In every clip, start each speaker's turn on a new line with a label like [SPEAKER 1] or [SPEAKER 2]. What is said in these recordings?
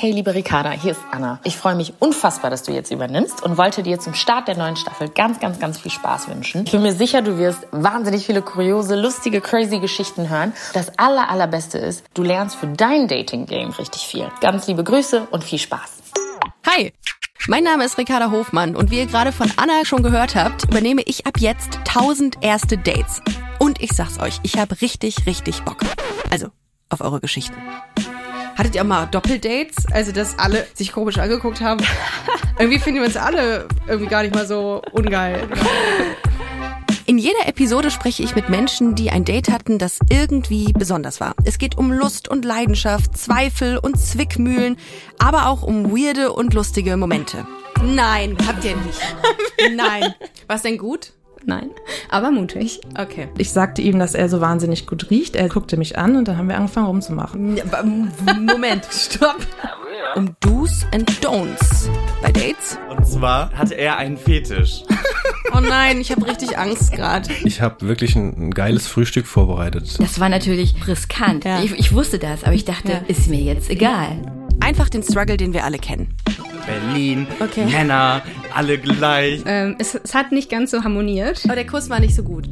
[SPEAKER 1] Hey liebe Ricarda, hier ist Anna. Ich freue mich unfassbar, dass du jetzt übernimmst und wollte dir zum Start der neuen Staffel ganz, ganz, ganz viel Spaß wünschen. Ich bin mir sicher, du wirst wahnsinnig viele kuriose, lustige, crazy Geschichten hören. Das aller, allerbeste ist, du lernst für dein Dating-Game richtig viel. Ganz liebe Grüße und viel Spaß.
[SPEAKER 2] Hi, mein Name ist Ricarda Hofmann und wie ihr gerade von Anna schon gehört habt, übernehme ich ab jetzt 1000 erste Dates. Und ich sag's euch, ich habe richtig, richtig Bock. Also auf eure Geschichten.
[SPEAKER 3] Hattet ihr auch mal Doppeldates? Also, dass alle sich komisch angeguckt haben. irgendwie finden wir uns alle irgendwie gar nicht mal so ungeil.
[SPEAKER 2] In jeder Episode spreche ich mit Menschen, die ein Date hatten, das irgendwie besonders war. Es geht um Lust und Leidenschaft, Zweifel und Zwickmühlen, aber auch um weirde und lustige Momente.
[SPEAKER 3] Nein, habt ihr nicht. Nein. War's denn gut?
[SPEAKER 4] Nein, aber mutig.
[SPEAKER 3] Okay.
[SPEAKER 5] Ich sagte ihm, dass er so wahnsinnig gut riecht. Er guckte mich an und dann haben wir angefangen rumzumachen.
[SPEAKER 3] Moment, stopp.
[SPEAKER 2] Um Do's and Don'ts bei Dates.
[SPEAKER 6] Und zwar hatte er einen Fetisch.
[SPEAKER 3] Oh nein, ich habe richtig Angst gerade.
[SPEAKER 7] Ich habe wirklich ein, ein geiles Frühstück vorbereitet.
[SPEAKER 4] Das war natürlich riskant.
[SPEAKER 3] Ja.
[SPEAKER 4] Ich, ich wusste das, aber ich dachte,
[SPEAKER 3] Ja.
[SPEAKER 4] ist mir jetzt egal.
[SPEAKER 2] Einfach den Struggle, den wir alle kennen.
[SPEAKER 6] Berlin, Männer, alle gleich.
[SPEAKER 8] Ähm, es, es hat nicht ganz so harmoniert.
[SPEAKER 3] Aber der Kuss war nicht so gut.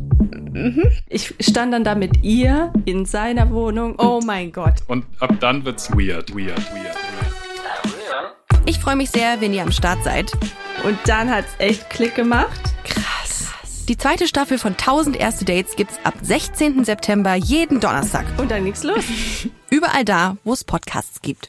[SPEAKER 9] Ich stand dann da mit ihr in seiner Wohnung.
[SPEAKER 3] Oh mein Gott.
[SPEAKER 10] Und ab dann wird's weird, weird, weird.
[SPEAKER 2] Ich freue mich sehr, wenn ihr am Start seid.
[SPEAKER 9] Und dann hat's echt Klick gemacht.
[SPEAKER 2] Die zweite Staffel von 1000 erste Dates gibt's ab 16. September jeden Donnerstag.
[SPEAKER 9] Und dann ging's los.
[SPEAKER 2] Überall da, wo es Podcasts gibt.